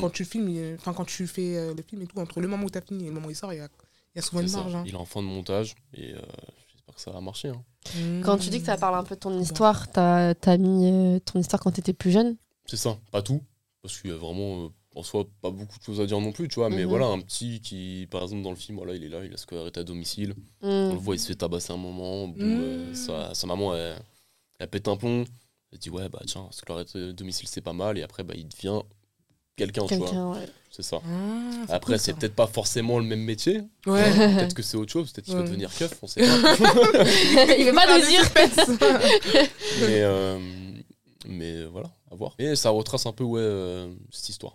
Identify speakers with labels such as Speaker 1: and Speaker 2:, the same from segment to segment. Speaker 1: quand tu filmes, il- enfin quand tu fais euh, le film et tout, entre le moment où tu as fini et le moment où il sort, il y a, il y a souvent
Speaker 2: C'est
Speaker 1: une
Speaker 2: ça.
Speaker 1: marge. hein.
Speaker 2: Il est en fin de montage et euh, j'espère que ça va marcher. hein.
Speaker 3: Quand tu dis que ça parle un peu de ton histoire, t'as as mis euh, ton histoire quand t'étais plus jeune.
Speaker 2: C'est ça, pas tout, parce qu'il y a vraiment, euh, en soi, pas beaucoup de choses à dire non plus, tu vois, mais
Speaker 3: Mhm.
Speaker 2: voilà, un petit qui, par exemple, dans le film, voilà, il est là, il a se arrêté à domicile, on le
Speaker 3: Hmm.
Speaker 2: voit, il se fait tabasser un moment, boum, euh,
Speaker 1: Mhm.
Speaker 2: sa, sa maman, elle, elle pète un plomb, elle dit, ouais, bah tiens, scolarité à domicile, c'est pas mal, et après, bah, il devient quelqu'un, tu vois,
Speaker 3: Quelqu'un, ouais.
Speaker 2: c'est ça.
Speaker 1: Ah,
Speaker 2: Après,
Speaker 1: cool,
Speaker 2: c'est
Speaker 1: ça.
Speaker 2: peut-être pas forcément le même métier,
Speaker 1: Ouais.
Speaker 2: peut-être que c'est autre chose, peut-être qu'il
Speaker 1: Ouais.
Speaker 2: va devenir keuf, on sait pas.
Speaker 3: Il veut pas nous dire.
Speaker 2: mais, euh, mais voilà, à voir. Et ça retrace un peu, ouais, euh, cette histoire.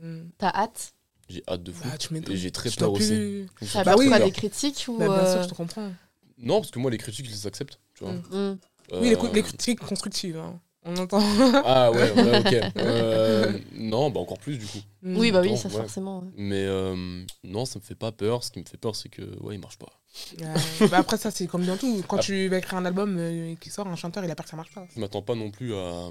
Speaker 1: Mm.
Speaker 3: T'as hâte
Speaker 2: J'ai hâte de fou.
Speaker 1: Bah, tu m'étonnes.
Speaker 2: Et j'ai très
Speaker 1: Tu
Speaker 2: peur
Speaker 1: dois
Speaker 2: aussi.
Speaker 1: plus-
Speaker 3: T'as
Speaker 1: Bah
Speaker 3: peur
Speaker 1: oui,
Speaker 3: quoi,
Speaker 1: bah-
Speaker 3: des critiques ou
Speaker 1: Bah, bien sûr,
Speaker 3: euh,
Speaker 1: je te comprends.
Speaker 2: Non, parce que moi, les critiques, je les accepte. Tu vois.
Speaker 1: Mm.
Speaker 3: hmm.
Speaker 1: Oui, les,
Speaker 2: Euh,
Speaker 1: cou- les critiques constructives, hein. on entend.
Speaker 2: Ah ouais, ouais, ok. Euh, non, bah encore plus du coup.
Speaker 1: Mm.
Speaker 3: Oui, bah
Speaker 2: Attends,
Speaker 3: oui, ça
Speaker 2: ouais.
Speaker 3: forcément. ouais.
Speaker 2: Mais euh, non, ça me fait pas peur. Ce qui me fait peur, c'est que ouais, il marche pas.
Speaker 1: Euh, bah, après, ça, c'est comme dans tout. Quand
Speaker 2: Ah.
Speaker 1: tu vas écrire un album euh, qui sort, un chanteur, il a peur que ça marche pas.
Speaker 2: Je m'attends pas non plus à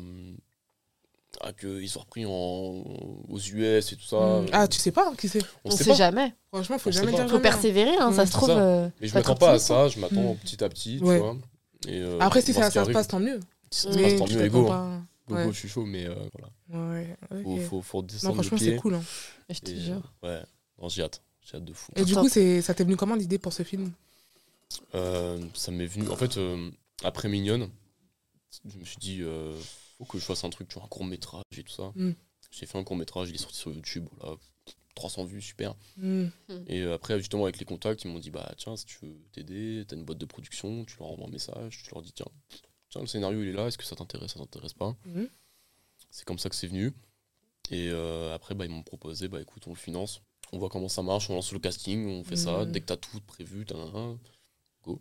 Speaker 2: à qu'ils soient repris en aux US et tout ça. Euh,
Speaker 1: Mm. Ah, tu sais pas qui c'est
Speaker 2: on,
Speaker 3: On,
Speaker 2: sait
Speaker 3: sait
Speaker 2: pas.
Speaker 3: jamais.
Speaker 1: Franchement, faut
Speaker 2: Bah, On sait
Speaker 1: jamais
Speaker 2: pas.
Speaker 1: dire
Speaker 3: Faut
Speaker 1: jamais, hein.
Speaker 3: persévérer, hein, ça
Speaker 1: Mm.
Speaker 3: se trouve.
Speaker 2: C'est ça.
Speaker 3: euh,
Speaker 2: Mais je
Speaker 3: faut être
Speaker 2: m'attends pas à
Speaker 3: optimiste, hein.
Speaker 2: ça. Je m'attends
Speaker 1: Mm.
Speaker 2: petit à petit,
Speaker 1: Ouais.
Speaker 2: tu vois. Et, euh,
Speaker 1: Après,
Speaker 2: on
Speaker 1: si
Speaker 2: va
Speaker 1: ça,
Speaker 2: voir
Speaker 1: ça
Speaker 2: ce qui
Speaker 1: se
Speaker 2: arrive.
Speaker 1: passe, tant mieux.
Speaker 2: Si ça se
Speaker 3: Mais
Speaker 2: passe,
Speaker 1: Mais
Speaker 2: tant
Speaker 1: tu
Speaker 2: mieux,
Speaker 1: t'attends
Speaker 2: Ego. hein.
Speaker 1: pas.
Speaker 2: Gogo,
Speaker 1: Ouais.
Speaker 2: je suis chaud, mais euh, voilà.
Speaker 1: Ouais, ok.
Speaker 2: Faut, faut, faut
Speaker 1: Non,
Speaker 2: descendre
Speaker 1: franchement,
Speaker 2: le pied.
Speaker 1: c'est cool. hein.
Speaker 3: Je te
Speaker 2: Et,
Speaker 3: jure.
Speaker 2: euh, ouais, non, j'ai hâte. J'ai hâte de fou.
Speaker 1: Et du
Speaker 3: Attends.
Speaker 1: coup, c'est- ça t'est venu comment l'idée pour ce film
Speaker 2: Euh, ça m'est venu. En fait, euh, après Mignonne, je me suis dit, euh, faut que je fasse un truc, tu vois, un court métrage et tout ça.
Speaker 1: Mm.
Speaker 2: J'ai fait un court métrage, il est sorti sur YouTube, voilà, 300 vues, super.
Speaker 1: Hmm.
Speaker 2: Et euh, après, justement, avec les contacts, ils m'ont dit, bah tiens, si tu veux t'aider, t'as une boîte de production, tu leur envoies un message, tu leur dis, tiens, tiens le scénario il est là, est-ce que ça t'intéresse, ça t'intéresse pas
Speaker 1: Mhm.
Speaker 2: C'est comme ça que c'est venu. Et euh, après, bah, ils m'ont proposé, bah écoute, on le finance, on voit comment ça marche, on lance le casting, on fait ça,
Speaker 1: Mm.
Speaker 2: dès que t'as tout prévu, t'as go.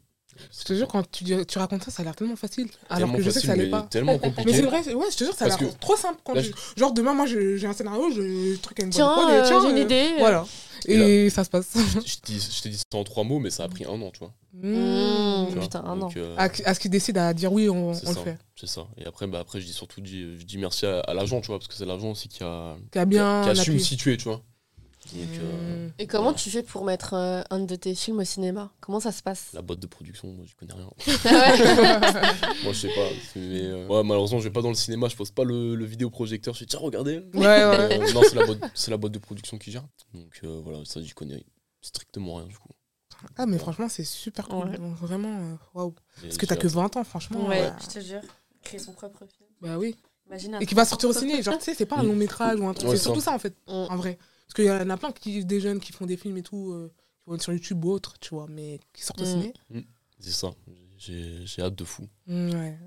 Speaker 1: Je te jure, quand tu, dis- tu racontes ça, ça a l'air tellement facile. Alors
Speaker 2: Tellement
Speaker 1: que je sais que
Speaker 2: facile,
Speaker 1: ça l'est
Speaker 2: mais
Speaker 1: pas.
Speaker 2: Tellement
Speaker 1: Mais c'est
Speaker 2: compliqué.
Speaker 1: vrai, c'est- ouais, je te jure, ça a
Speaker 2: Parce
Speaker 1: l'air
Speaker 2: que-
Speaker 1: trop simple. Quand
Speaker 2: là,
Speaker 1: tu- Genre, demain, moi, je- j'ai un scénario, je, je truc à une boîte de
Speaker 3: Tiens,
Speaker 1: prod et
Speaker 3: euh, j'ai une
Speaker 1: euh,
Speaker 3: idée.
Speaker 1: Voilà.
Speaker 2: Et
Speaker 1: Et, ça se passe.
Speaker 2: je je t'ai je t'ai dit ça en trois mots, mais ça a pris un an, tu vois.
Speaker 3: Hmm,
Speaker 1: Oh,
Speaker 2: Tu vois.
Speaker 3: Putain, un an.
Speaker 2: Donc, euh,
Speaker 1: À, à ce qu'ils décident à dire oui, on, on
Speaker 2: c'est
Speaker 1: le
Speaker 2: ça,
Speaker 1: fait.
Speaker 2: C'est ça. Et après, bah, après je dis surtout dis- je dis merci à, à l'agent, tu vois, parce que c'est l'agent aussi qui a,
Speaker 1: Qui a
Speaker 2: qui
Speaker 1: bien.
Speaker 2: a- qui assume me
Speaker 1: appuyé.
Speaker 2: situer, tu vois. Donc, euh,
Speaker 1: Hmm.
Speaker 3: Et comment
Speaker 2: Voilà.
Speaker 3: tu fais pour mettre euh, un de tes films au cinéma Comment ça se passe
Speaker 2: la boîte de production, moi, je connais rien.
Speaker 3: Ah ouais.
Speaker 1: Hmm.
Speaker 2: moi, je sais pas. c'est- Mais, euh, ouais, malheureusement, je vais pas dans le cinéma, je pose pas le, le vidéoprojecteur, je suis tiens, regardez.
Speaker 1: Ouais, ouais.
Speaker 2: Euh, non, c'est la, boîte- c'est la boîte de production qui gère. Donc, euh, voilà, ça, j'y connais strictement rien, du coup.
Speaker 1: Ah, mais franchement, c'est super cool.
Speaker 3: Ouais.
Speaker 1: Donc, Vraiment, euh, waouh.
Speaker 2: Et
Speaker 1: Parce que
Speaker 2: j'ai
Speaker 1: t'as que
Speaker 2: hâte.
Speaker 1: 20 ans, franchement.
Speaker 3: Ouais.
Speaker 1: euh,
Speaker 3: Je te jure. Créer son propre film.
Speaker 1: Bah oui.
Speaker 3: Imagine
Speaker 1: Et qui va sortir au ciné. Genre, tu sais, c'est pas un long métrage ou un truc.
Speaker 2: Mm. Ouais,
Speaker 1: c'est
Speaker 2: ça.
Speaker 1: surtout ça, en fait.
Speaker 3: Mm.
Speaker 1: en vrai. Parce qu'il y en a plein qui, des jeunes qui font des films et tout, euh, qui vont être sur YouTube ou autre, tu vois, mais qui sortent au
Speaker 3: Mm.
Speaker 1: ciné.
Speaker 2: C'est ça. J'ai j'ai hâte de fou.
Speaker 1: Mm, ouais.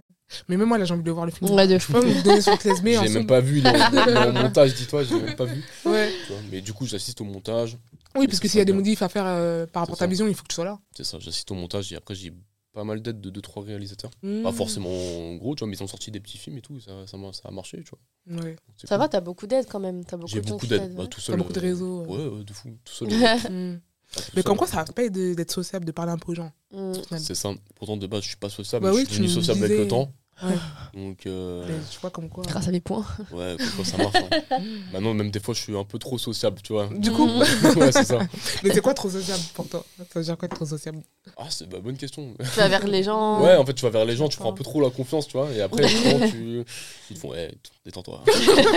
Speaker 1: Mais même moi, là, j'ai envie de voir le film.
Speaker 3: Ouais, Mm. Bah, de
Speaker 1: Je peux pas me donner sur 13 mai.
Speaker 2: J'ai
Speaker 1: en
Speaker 2: même
Speaker 1: somme.
Speaker 2: pas vu il est en- il est en montage, dis-toi, j'ai même pas vu.
Speaker 1: Ouais.
Speaker 2: tu vois. Mais du coup, j'assiste au montage.
Speaker 1: Oui, parce que
Speaker 2: C'est
Speaker 1: s'il y a
Speaker 2: ça,
Speaker 1: des
Speaker 2: bien.
Speaker 1: modifs à faire euh, par rapport à
Speaker 2: C'est
Speaker 1: ta
Speaker 2: ça.
Speaker 1: vision, il faut que tu sois là.
Speaker 2: C'est ça, j'assiste au montage et après j'ai pas mal d'aides de 2-3 réalisateurs.
Speaker 1: Mm.
Speaker 2: Pas forcément gros, tu vois, mais ils ont sorti des petits films et tout, ça, ça, m'a- ça a marché, tu vois.
Speaker 1: Ouais.
Speaker 2: Donc, c'est
Speaker 3: Ça
Speaker 2: cool.
Speaker 3: va, t'as beaucoup d'aide quand même. T'as beaucoup
Speaker 2: J'ai
Speaker 3: de gens
Speaker 2: beaucoup
Speaker 3: qui
Speaker 2: d'aide,
Speaker 3: t'aident,
Speaker 2: bah,
Speaker 3: ouais.
Speaker 2: tout
Speaker 1: hein. T'as
Speaker 2: seul.
Speaker 1: beaucoup de
Speaker 2: euh,
Speaker 1: réseaux. euh.
Speaker 2: Ouais, ouais, de fou, tout seul.
Speaker 1: Mm.
Speaker 2: Ah, tout
Speaker 1: Mais comme
Speaker 2: seul.
Speaker 1: quoi, ça paye de- d'être sociable, de parler un peu aux gens.
Speaker 3: Mm.
Speaker 2: C'est ça, pourtant de base je suis pas sociable,
Speaker 1: Bah
Speaker 2: mais
Speaker 1: oui,
Speaker 2: je suis devenu
Speaker 1: tu me
Speaker 2: sociable avec le
Speaker 1: disais.
Speaker 2: temps.
Speaker 1: Ouais.
Speaker 2: Donc, euh,
Speaker 1: Mais je vois comme quoi.
Speaker 3: Grâce à des points.
Speaker 2: ouais, comme quoi, ça marche. hein. Maintenant, même des fois, je suis un peu trop sociable, tu vois.
Speaker 1: Du coup,
Speaker 3: Mm.
Speaker 2: ouais, c'est ça.
Speaker 1: mais c'est quoi trop sociable pour toi Ça veut dire quoi être trop sociable
Speaker 2: Ah, c'est bah, bonne question.
Speaker 3: Tu vas vers les gens.
Speaker 2: Ouais, en fait, tu vas vers les gens, tu prends un peu trop la confiance, tu vois. Et après, justement, tu... ils te font, eh, t- détends-toi.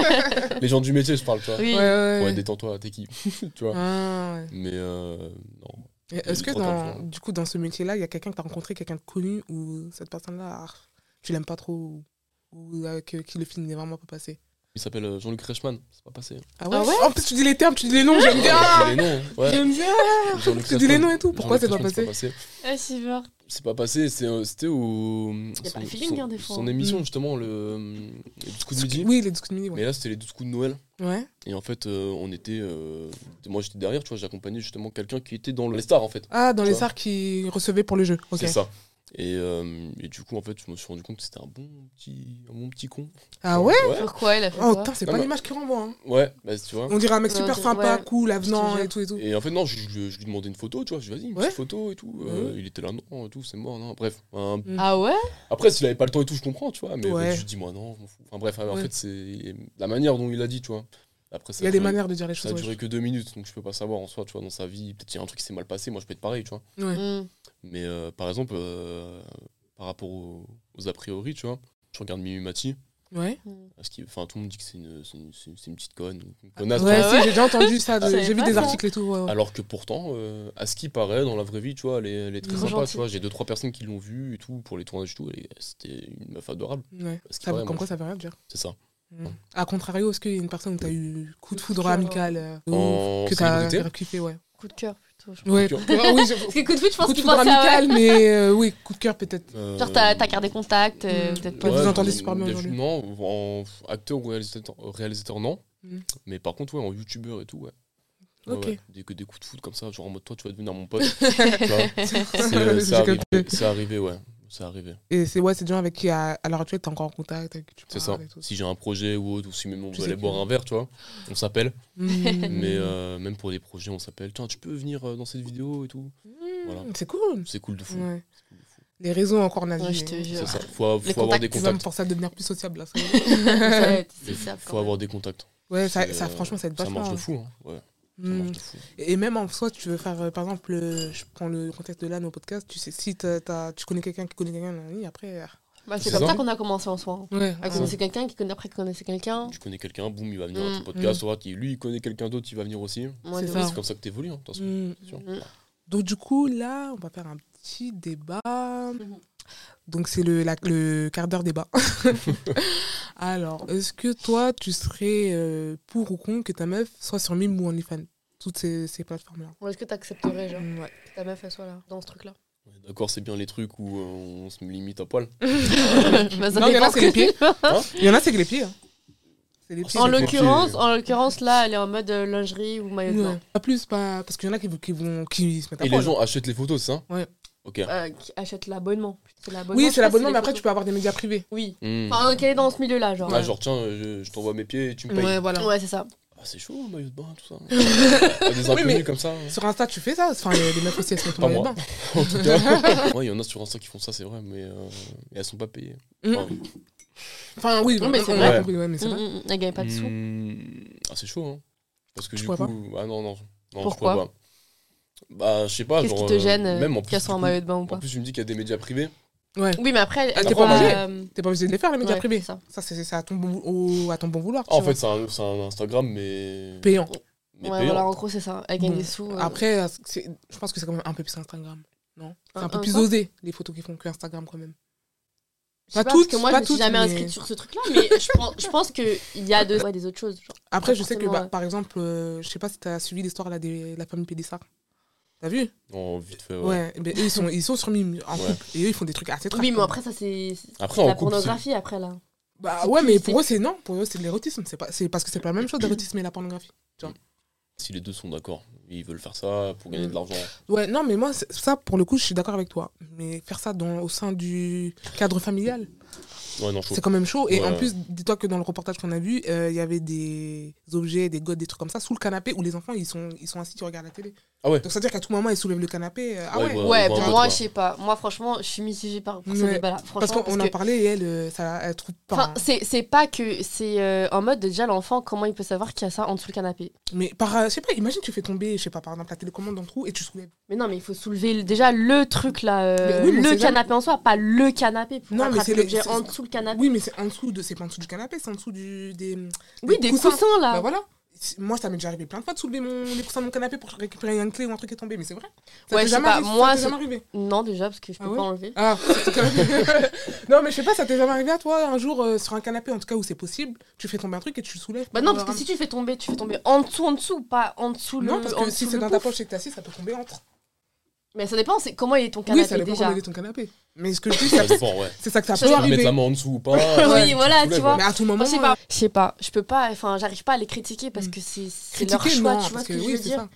Speaker 2: les gens du métier, je parle, tu vois.
Speaker 3: Oui.
Speaker 1: Ouais, ouais.
Speaker 2: Ouais, détends-toi, t'es qui Tu vois.
Speaker 1: Ah, ouais.
Speaker 2: Mais euh, non.
Speaker 1: Et Est-ce que
Speaker 2: trop
Speaker 1: dans,
Speaker 2: confiant.
Speaker 1: du coup, dans ce métier-là, il y a quelqu'un que tu as rencontré, quelqu'un de connu, ou cette personne-là, ah, tu l'aimes pas trop, ou, ou avec euh, qui le film n'est vraiment pas passé
Speaker 2: Il s'appelle euh, Jean-Luc Reichmann, c'est pas passé.
Speaker 1: Ah ouais,
Speaker 3: Ah ouais
Speaker 1: En plus, tu dis les termes, tu dis les noms, j'aime
Speaker 2: Ouais,
Speaker 1: bien
Speaker 2: je dis les noms, hein. ouais.
Speaker 1: J'aime bien
Speaker 2: Jean-Luc
Speaker 1: Tu dis les
Speaker 2: Reichmann.
Speaker 1: noms et tout, pourquoi c'est
Speaker 2: Jean-Luc
Speaker 1: pas
Speaker 2: Reichmann,
Speaker 1: passé
Speaker 3: Ah, c'est vrai.
Speaker 2: C'est pas passé, c'est, euh, c'était au.
Speaker 3: pas le feeling, hein, des fois.
Speaker 2: Son émission,
Speaker 1: Mm.
Speaker 2: justement, le. Les 12 coups de
Speaker 1: Parce que-
Speaker 2: midi.
Speaker 1: Oui, les disques de midi, ouais.
Speaker 2: Mais là, c'était les 12 coups de Noël.
Speaker 1: Ouais,
Speaker 2: Et en fait, euh, on était. euh, Moi, j'étais derrière, tu vois, j'accompagnais justement quelqu'un qui était dans les stars, en fait.
Speaker 1: Ah, dans
Speaker 2: Tu
Speaker 1: les
Speaker 2: vois.
Speaker 1: stars qui recevaient pour le jeu. Ok.
Speaker 2: C'est ça. Et, euh, et du coup, en fait, je me suis rendu compte que c'était un bon petit, un bon petit con.
Speaker 1: Ah ouais
Speaker 2: Ouais,
Speaker 3: Pourquoi il a fait
Speaker 1: Oh
Speaker 3: quoi
Speaker 1: putain, c'est
Speaker 2: Non,
Speaker 1: pas
Speaker 2: mais-
Speaker 1: l'image qu'il renvoie. hein.
Speaker 2: ouais bah, tu vois.
Speaker 1: On dirait un mec
Speaker 3: Ouais,
Speaker 1: super
Speaker 3: ouais.
Speaker 1: sympa, cool,
Speaker 3: Je
Speaker 1: avenant
Speaker 3: te
Speaker 1: et tout et tout.
Speaker 2: Et en fait, non, je, je- je lui demandais une photo, tu vois. Je lui ai dit, vas-y, une
Speaker 1: Ouais. Mm.
Speaker 2: petite photo et tout. Euh, Il était là, non, et tout, c'est mort, non. Bref. un-
Speaker 3: Ah ouais
Speaker 2: Après, s'il avait pas le temps et tout, je comprends, tu vois. Mais
Speaker 1: Ouais.
Speaker 2: je lui dis, moi, non, je m'en fous. Enfin, bref, en
Speaker 1: Ouais.
Speaker 2: fait, c'est la manière dont il a dit, tu vois. Après,
Speaker 1: Il y a des manières de dire les
Speaker 2: Ça
Speaker 1: choses.
Speaker 2: a
Speaker 1: ouais.
Speaker 2: duré que deux minutes, donc je peux pas savoir en soi, tu vois, dans sa vie. Peut-être qu'il y a un truc qui s'est mal passé, moi je peux être pareil, tu vois.
Speaker 1: Ouais.
Speaker 3: Mm.
Speaker 2: Mais euh, par exemple, euh, par rapport aux, aux a priori, tu vois, je regarde Mimi Mati,
Speaker 1: Ouais.
Speaker 3: Mm.
Speaker 2: parce qu'il- enfin tout le monde dit que c'est une, c'est une- c'est une- c'est une petite conne, une
Speaker 1: Ouais,
Speaker 2: connasse, tu vois.
Speaker 1: si, j'ai déjà entendu ça.
Speaker 3: Je
Speaker 1: de- J'ai
Speaker 3: savais
Speaker 1: vu
Speaker 3: pas
Speaker 1: des
Speaker 3: ça.
Speaker 1: articles et tout. ouais, ouais.
Speaker 2: Alors que pourtant, euh, à ce qui paraît, dans la vraie vie, tu vois, elle est, elle est très
Speaker 3: Trop
Speaker 2: sympa,
Speaker 3: gentille.
Speaker 2: tu vois. J'ai deux, trois personnes qui l'ont vue et tout, pour les tournages et tout, elle est- c'était une meuf adorable.
Speaker 1: Ouais.
Speaker 2: à ce qui
Speaker 1: Ça,
Speaker 2: paraît,
Speaker 1: comme
Speaker 2: Ah. moi,
Speaker 1: quoi, ça veut rien dire.
Speaker 2: C'est ça.
Speaker 1: Mm. A contrario, est-ce qu'il y a une personne où t'as eu coup de
Speaker 3: Coup de
Speaker 1: foudre
Speaker 3: cœur,
Speaker 1: amical euh,
Speaker 2: Oh. En
Speaker 1: ou que t'as
Speaker 2: célébrité
Speaker 1: récupéré ouais.
Speaker 3: Coup de cœur plutôt. je
Speaker 1: Ouais.
Speaker 2: Coup de
Speaker 1: Ah oui, je-
Speaker 3: Parce que coup de foot, je pense
Speaker 1: coup de
Speaker 3: qu'il
Speaker 1: foudre
Speaker 3: pense à.
Speaker 1: amical, mais euh, oui, coup de cœur peut-être.
Speaker 2: Euh,
Speaker 3: Genre, t'as t'as gardé contact, euh,
Speaker 1: Mm.
Speaker 3: peut-être
Speaker 1: Ouais,
Speaker 3: pas.
Speaker 1: vous
Speaker 2: mais
Speaker 1: entendez
Speaker 2: des-
Speaker 1: super bien
Speaker 2: des-
Speaker 1: aujourd'hui.
Speaker 2: Non, en acteur ou réalisateur, réalisateur non.
Speaker 1: Mm.
Speaker 2: Mais par contre, ouais, en youtubeur et tout, ouais. Ouais,
Speaker 1: Ok.
Speaker 2: ouais. Des, que des coups de foot comme ça, genre en mode toi, tu vas devenir mon pote. tu vois. C'est euh, c'est
Speaker 1: J'ai
Speaker 2: arrivé,
Speaker 1: capté.
Speaker 2: c'est arrivé, ouais. C'est arrivé.
Speaker 1: Et c'est ouais, c'est des gens avec qui à, à l'heure actuelle t'es encore en contact, avec qui tu
Speaker 2: C'est
Speaker 1: parles
Speaker 2: ça.
Speaker 1: et tout.
Speaker 2: Si j'ai un projet ou autre, ou si même on
Speaker 1: Tu
Speaker 2: veut
Speaker 1: sais
Speaker 2: aller
Speaker 1: que-
Speaker 2: boire un verre, tu vois, on s'appelle.
Speaker 1: Mm.
Speaker 2: Mais euh, même pour des projets, on s'appelle. Tiens, tu peux venir euh, dans cette vidéo et tout. voilà.
Speaker 1: Mm, C'est cool.
Speaker 2: C'est cool de fou.
Speaker 1: Ouais.
Speaker 2: C'est cool de fou.
Speaker 1: Les réseaux encore hein. nazis.
Speaker 3: Ouais, je te jure.
Speaker 2: C'est ça. Faut,
Speaker 3: Les
Speaker 2: faut avoir
Speaker 3: contacts,
Speaker 2: des
Speaker 1: Tu vas me
Speaker 2: contacts.
Speaker 1: forcer à devenir plus sociable là. ça y est.
Speaker 3: Ouais, c'est ça,
Speaker 2: Faut
Speaker 3: quand même.
Speaker 2: avoir des contacts.
Speaker 1: Ouais, ça,
Speaker 2: C'est,
Speaker 1: ça,
Speaker 2: euh,
Speaker 1: franchement, ça aide
Speaker 2: Ça
Speaker 1: vachement.
Speaker 2: marche de fou. hein. Ouais, ça
Speaker 3: Hmm.
Speaker 1: Mm.
Speaker 2: marche de fou.
Speaker 1: Et même en soi, tu veux faire, euh, par exemple, euh, je prends le contexte de là, nos podcasts, tu sais, si t'as- t'as- tu connais quelqu'un qui connaît quelqu'un, nan, nan, après. euh,
Speaker 3: Bah, C'est
Speaker 2: C'est
Speaker 3: comme
Speaker 2: ça.
Speaker 3: ça qu'on a commencé en soi. hein.
Speaker 1: Ouais,
Speaker 3: À connaître quelqu'un qui connaît après connaître quelqu'un.
Speaker 2: Tu connais quelqu'un, boum, il va venir à
Speaker 3: Mm,
Speaker 2: ton podcast. voilà, qui- Lui, il connaît quelqu'un d'autre, il va venir aussi.
Speaker 3: Moi,
Speaker 1: C'est
Speaker 3: de
Speaker 1: ça.
Speaker 3: ouf.
Speaker 2: C'est comme ça que t'évolues. hein, de toute façon.
Speaker 1: Mm.
Speaker 2: Sûr.
Speaker 3: Mm.
Speaker 1: Donc, du coup, là, on va faire un petit débat. Donc, c'est le, la- le quart d'heure débat. Alors, est-ce que toi, tu serais euh, pour ou contre que ta meuf soit sur Mime ou OnlyFans Toutes ces, ces plateformes-là.
Speaker 3: Bon, Est-ce que t'accepterais genre
Speaker 1: Mm, Ouais.
Speaker 3: que ta meuf elle soit là dans ce truc là
Speaker 2: On est D'accord, c'est bien les trucs où euh, on se limite à poil.
Speaker 3: Bah,
Speaker 1: Non, il y en a, c'est les pieds. Il y en a, c'est que les pieds. hein. C'est les
Speaker 2: Ah,
Speaker 1: pieds.
Speaker 3: En
Speaker 2: C'est les
Speaker 3: l'occurrence,
Speaker 2: pieds.
Speaker 3: en l'occurrence là, elle est en mode euh, lingerie ou maillot de
Speaker 1: Ouais.
Speaker 3: bain.
Speaker 1: Pas plus, pas... parce qu'il y en a qui, qui vont qui se mettent à
Speaker 2: Et
Speaker 1: poil.
Speaker 2: les gens achètent les photos, c'est ça
Speaker 1: Ouais.
Speaker 2: Ok.
Speaker 3: Euh, qui achète l'abonnement. C'est l'abonnement.
Speaker 1: Oui,
Speaker 3: je
Speaker 1: c'est
Speaker 3: sais pas si
Speaker 1: l'abonnement,
Speaker 3: les
Speaker 1: mais après, tu
Speaker 3: photos-
Speaker 1: peux avoir des médias privés.
Speaker 3: Oui.
Speaker 2: Mm.
Speaker 3: Enfin, qu'elle est dans ce milieu là, genre. euh.
Speaker 2: Ah, genre, tiens, je, je t'envoie mes pieds et tu me payes.
Speaker 1: Ouais, voilà.
Speaker 3: Ouais, c'est ça.
Speaker 2: Ah, c'est chaud, un maillot de bain, tout ça. des inconnus
Speaker 1: mais-
Speaker 2: comme ça.
Speaker 1: Sur Insta, tu fais ça Enfin, les, les meufs aussi, elles se mettent
Speaker 2: Pas
Speaker 1: en maillot de
Speaker 2: moi.
Speaker 1: bain.
Speaker 2: en tout cas. Ouais, il y en a sur Insta qui font ça, c'est vrai, mais euh, et elles sont pas payées.
Speaker 1: Mm.
Speaker 2: Enfin,
Speaker 1: Enfin, oui,
Speaker 3: Non, mais
Speaker 1: on-
Speaker 3: c'est
Speaker 1: on
Speaker 2: vrai.
Speaker 1: a compris, ouais, mais c'est
Speaker 3: Mm,
Speaker 1: vrai.
Speaker 3: mm, mm. Elle gagne pas de sous.
Speaker 2: mm, Ah, c'est chaud, hein. Parce que
Speaker 1: Tu
Speaker 2: du coup.
Speaker 1: pourrais
Speaker 2: Ah, non, non. non je
Speaker 3: Pourquoi
Speaker 2: pourrais pas. Bah, je sais pas.
Speaker 3: Qu'est-ce qui
Speaker 2: genre,
Speaker 3: te
Speaker 2: euh,
Speaker 3: gêne euh,
Speaker 2: Même en plus.
Speaker 3: qu'elle soit en
Speaker 2: du coup,
Speaker 3: maillot de bain ou
Speaker 2: En
Speaker 3: pas
Speaker 2: plus, tu me dis qu'il y a des médias privés.
Speaker 3: Oui, mais après,
Speaker 1: Ah,
Speaker 3: elle
Speaker 1: t'es
Speaker 2: pas obligé.
Speaker 3: euh,
Speaker 1: T'es pas obligé de les faire, les médias
Speaker 3: ouais,
Speaker 1: privés.
Speaker 3: c'est
Speaker 1: Ça,
Speaker 3: ça.
Speaker 1: c'est c'est à ton bon, au- à ton bon vouloir.
Speaker 2: Ah, en
Speaker 1: tu
Speaker 2: fait,
Speaker 1: vois.
Speaker 2: c'est un, c'est un Instagram, mais.
Speaker 1: payant.
Speaker 2: mais
Speaker 3: ouais,
Speaker 2: payant.
Speaker 3: voilà, en gros, c'est ça. Elle gagne
Speaker 1: Bon.
Speaker 3: des sous. euh,
Speaker 1: Mm. Après, c'est- je pense que c'est quand même un peu plus Instagram. Non C'est un
Speaker 3: Un-
Speaker 1: peu
Speaker 3: un
Speaker 1: plus
Speaker 3: quoi
Speaker 1: osé, les photos qu'ils font que Instagram, quand même.
Speaker 3: je sais
Speaker 1: pas
Speaker 3: parce que
Speaker 1: toutes,
Speaker 3: moi,
Speaker 1: pas
Speaker 3: je me suis
Speaker 1: toutes,
Speaker 3: jamais
Speaker 1: mais-
Speaker 3: inscrite sur ce truc là, mais je pense, je pense qu'il y a de- ouais, des autres choses. Genre.
Speaker 1: Après,
Speaker 3: Pas
Speaker 1: je sais que,
Speaker 3: forcément,
Speaker 1: bah,
Speaker 3: ouais.
Speaker 1: par exemple, euh, je sais pas si t'as suivi l'histoire là, des- de la famille Pédissard. T'as vu
Speaker 2: Oh, vite fait, ouais.
Speaker 1: Ouais, mais eux, ils sont, ils sont sur Mime en
Speaker 2: Ouais.
Speaker 1: couple. Et eux, ils font des trucs assez trash,
Speaker 3: Oui, mais
Speaker 1: quand
Speaker 3: après, ça, c'est c'est
Speaker 2: Après, en
Speaker 3: la
Speaker 2: couple, c'est-
Speaker 3: pornographie après là.
Speaker 1: Bah
Speaker 3: C'est
Speaker 1: ouais,
Speaker 3: plus-
Speaker 1: mais
Speaker 3: c'est-
Speaker 1: pour eux, c'est non. Pour eux, c'est de l'érotisme. C'est pas, c'est parce que c'est pas la même chose, l'érotisme et la pornographie.
Speaker 2: si les deux sont d'accord, ils veulent faire ça pour gagner
Speaker 1: Mm.
Speaker 2: de l'argent.
Speaker 1: Ouais, non, mais moi, c'est- ça, pour le coup, je suis d'accord avec toi. Mais faire ça dans, au sein du cadre familial,
Speaker 2: Ouais, non, chaud.
Speaker 1: c'est quand même chaud. Et en
Speaker 2: Ouais.
Speaker 1: plus, dis-toi que dans le reportage qu'on a vu, euh, il y avait des objets, des godes, des trucs comme ça, sous le canapé où les enfants, ils sont, ils sont assis, tu regardes la télé.
Speaker 2: Ah ouais.
Speaker 1: Donc, c'est-à-dire qu'à tout moment, ils soulèvent le canapé. euh, ah
Speaker 2: Ouais,
Speaker 1: ouais.
Speaker 2: ouais.
Speaker 3: Ouais,
Speaker 2: on
Speaker 3: pour
Speaker 2: voit,
Speaker 3: moi,
Speaker 2: quoi.
Speaker 3: je sais pas. Moi, franchement, je suis mitigée par, par ce
Speaker 1: Ouais.
Speaker 3: débat-là.
Speaker 1: Parce
Speaker 3: Franchement,
Speaker 1: qu'on en a
Speaker 3: que-
Speaker 1: parlé et elle, euh, ça, elle trouve pas.
Speaker 3: Enfin,
Speaker 1: hein.
Speaker 3: c'est c'est pas que c'est euh, en mode déjà l'enfant comment il peut savoir qu'il y a ça en dessous le canapé.
Speaker 1: Mais par, euh, je sais pas, imagine, tu fais tomber, je sais pas, par exemple, la télécommande dans le trou et tu soulèves.
Speaker 3: Mais non mais il faut soulever le- déjà le truc là euh,
Speaker 1: Mais oui, mais
Speaker 3: le
Speaker 1: c'est
Speaker 3: canapé en soi pas le canapé pour
Speaker 1: Non, mais c'est
Speaker 3: attraper
Speaker 1: le-
Speaker 3: l'objet
Speaker 1: c'est-
Speaker 3: en dessous le canapé.
Speaker 1: Oui, mais c'est en dessous de, c'est pas en dessous du canapé, c'est en dessous du, des,
Speaker 3: Oui, des coussins, là.
Speaker 1: Bah voilà. C'est- Moi, ça m'est déjà arrivé plein de fois de soulever mon... les coussins de mon canapé pour récupérer une clé ou un truc qui est tombé, mais c'est vrai. Ça
Speaker 3: Ouais,
Speaker 1: t'est
Speaker 3: je sais
Speaker 1: jamais
Speaker 3: pas,
Speaker 1: arrivé,
Speaker 3: moi,
Speaker 1: ça t'est
Speaker 3: c'est-
Speaker 1: jamais arrivé.
Speaker 3: Non déjà parce que je peux
Speaker 1: Ah ouais
Speaker 3: pas enlever.
Speaker 1: Ah, c'est quand même- non, mais je sais pas, ça t'est jamais arrivé à toi un jour euh, sur un canapé, en tout cas où c'est possible, tu fais tomber un truc et tu le soulèves.
Speaker 3: Bah
Speaker 1: pour
Speaker 3: non parce que
Speaker 1: le
Speaker 3: si tu fais tomber tu fais tomber en dessous en dessous pas en dessous
Speaker 1: ramener.
Speaker 3: le
Speaker 1: Non, parce
Speaker 3: en
Speaker 1: que
Speaker 3: dessous
Speaker 1: si c'est
Speaker 3: le
Speaker 1: dans ta
Speaker 3: pouf.
Speaker 1: poche et que t'es assis, ça peut tomber entre.
Speaker 3: Mais ça dépend c'est comment il est ton
Speaker 1: Oui,
Speaker 3: canapé
Speaker 1: ça dépend
Speaker 3: déjà.
Speaker 1: comment il est ton canapé. Mais ce que je dis, ça-
Speaker 2: Ça dépend, ouais.
Speaker 1: c'est ça que ça
Speaker 3: Ça
Speaker 1: peut
Speaker 3: dépend.
Speaker 2: Mettre
Speaker 1: arriver.
Speaker 2: la main en dessous ou pas. ouais,
Speaker 3: oui, voilà,
Speaker 2: soulèves,
Speaker 3: tu vois.
Speaker 2: ouais.
Speaker 1: Mais à tout moment.
Speaker 3: Moi, je sais pas,
Speaker 1: euh,
Speaker 3: je sais pas, je peux pas, enfin, j'arrive pas à les critiquer parce
Speaker 1: Mm.
Speaker 3: que c'est c'est leur
Speaker 1: critiquer,
Speaker 3: choix,
Speaker 1: non,
Speaker 3: tu vois
Speaker 1: parce
Speaker 3: ce que, je
Speaker 1: oui,
Speaker 3: veux
Speaker 1: c'est
Speaker 3: dire.
Speaker 1: ça.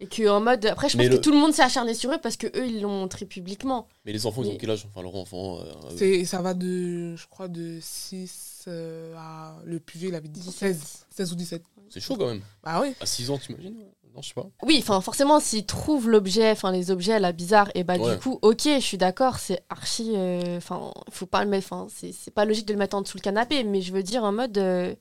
Speaker 3: Et que en mode, après, je
Speaker 2: Mais
Speaker 3: pense
Speaker 2: le-
Speaker 3: que tout le monde s'est acharné sur eux parce que eux, ils l'ont montré publiquement.
Speaker 2: Mais les enfants, ils ont
Speaker 3: Mais-
Speaker 2: quel âge Enfin, leur enfant. euh, euh,
Speaker 1: C'est- Ça va de, je crois, de 6 euh, à. Le plus vieux, il avait dit 16, 16 ou 17.
Speaker 2: c'est chaud quand même.
Speaker 1: Bah oui.
Speaker 2: À 6 ans, t'imagines ouais. Non, je sais pas.
Speaker 3: Oui, enfin, forcément, s'ils trouvent l'objet, enfin, les objets là bizarres, et bah,
Speaker 2: Ouais.
Speaker 3: du coup, ok, je suis d'accord, c'est archi. euh, Enfin, faut pas le mettre, enfin, c'est c'est pas logique de le mettre en dessous le canapé, mais je veux dire en mode. euh,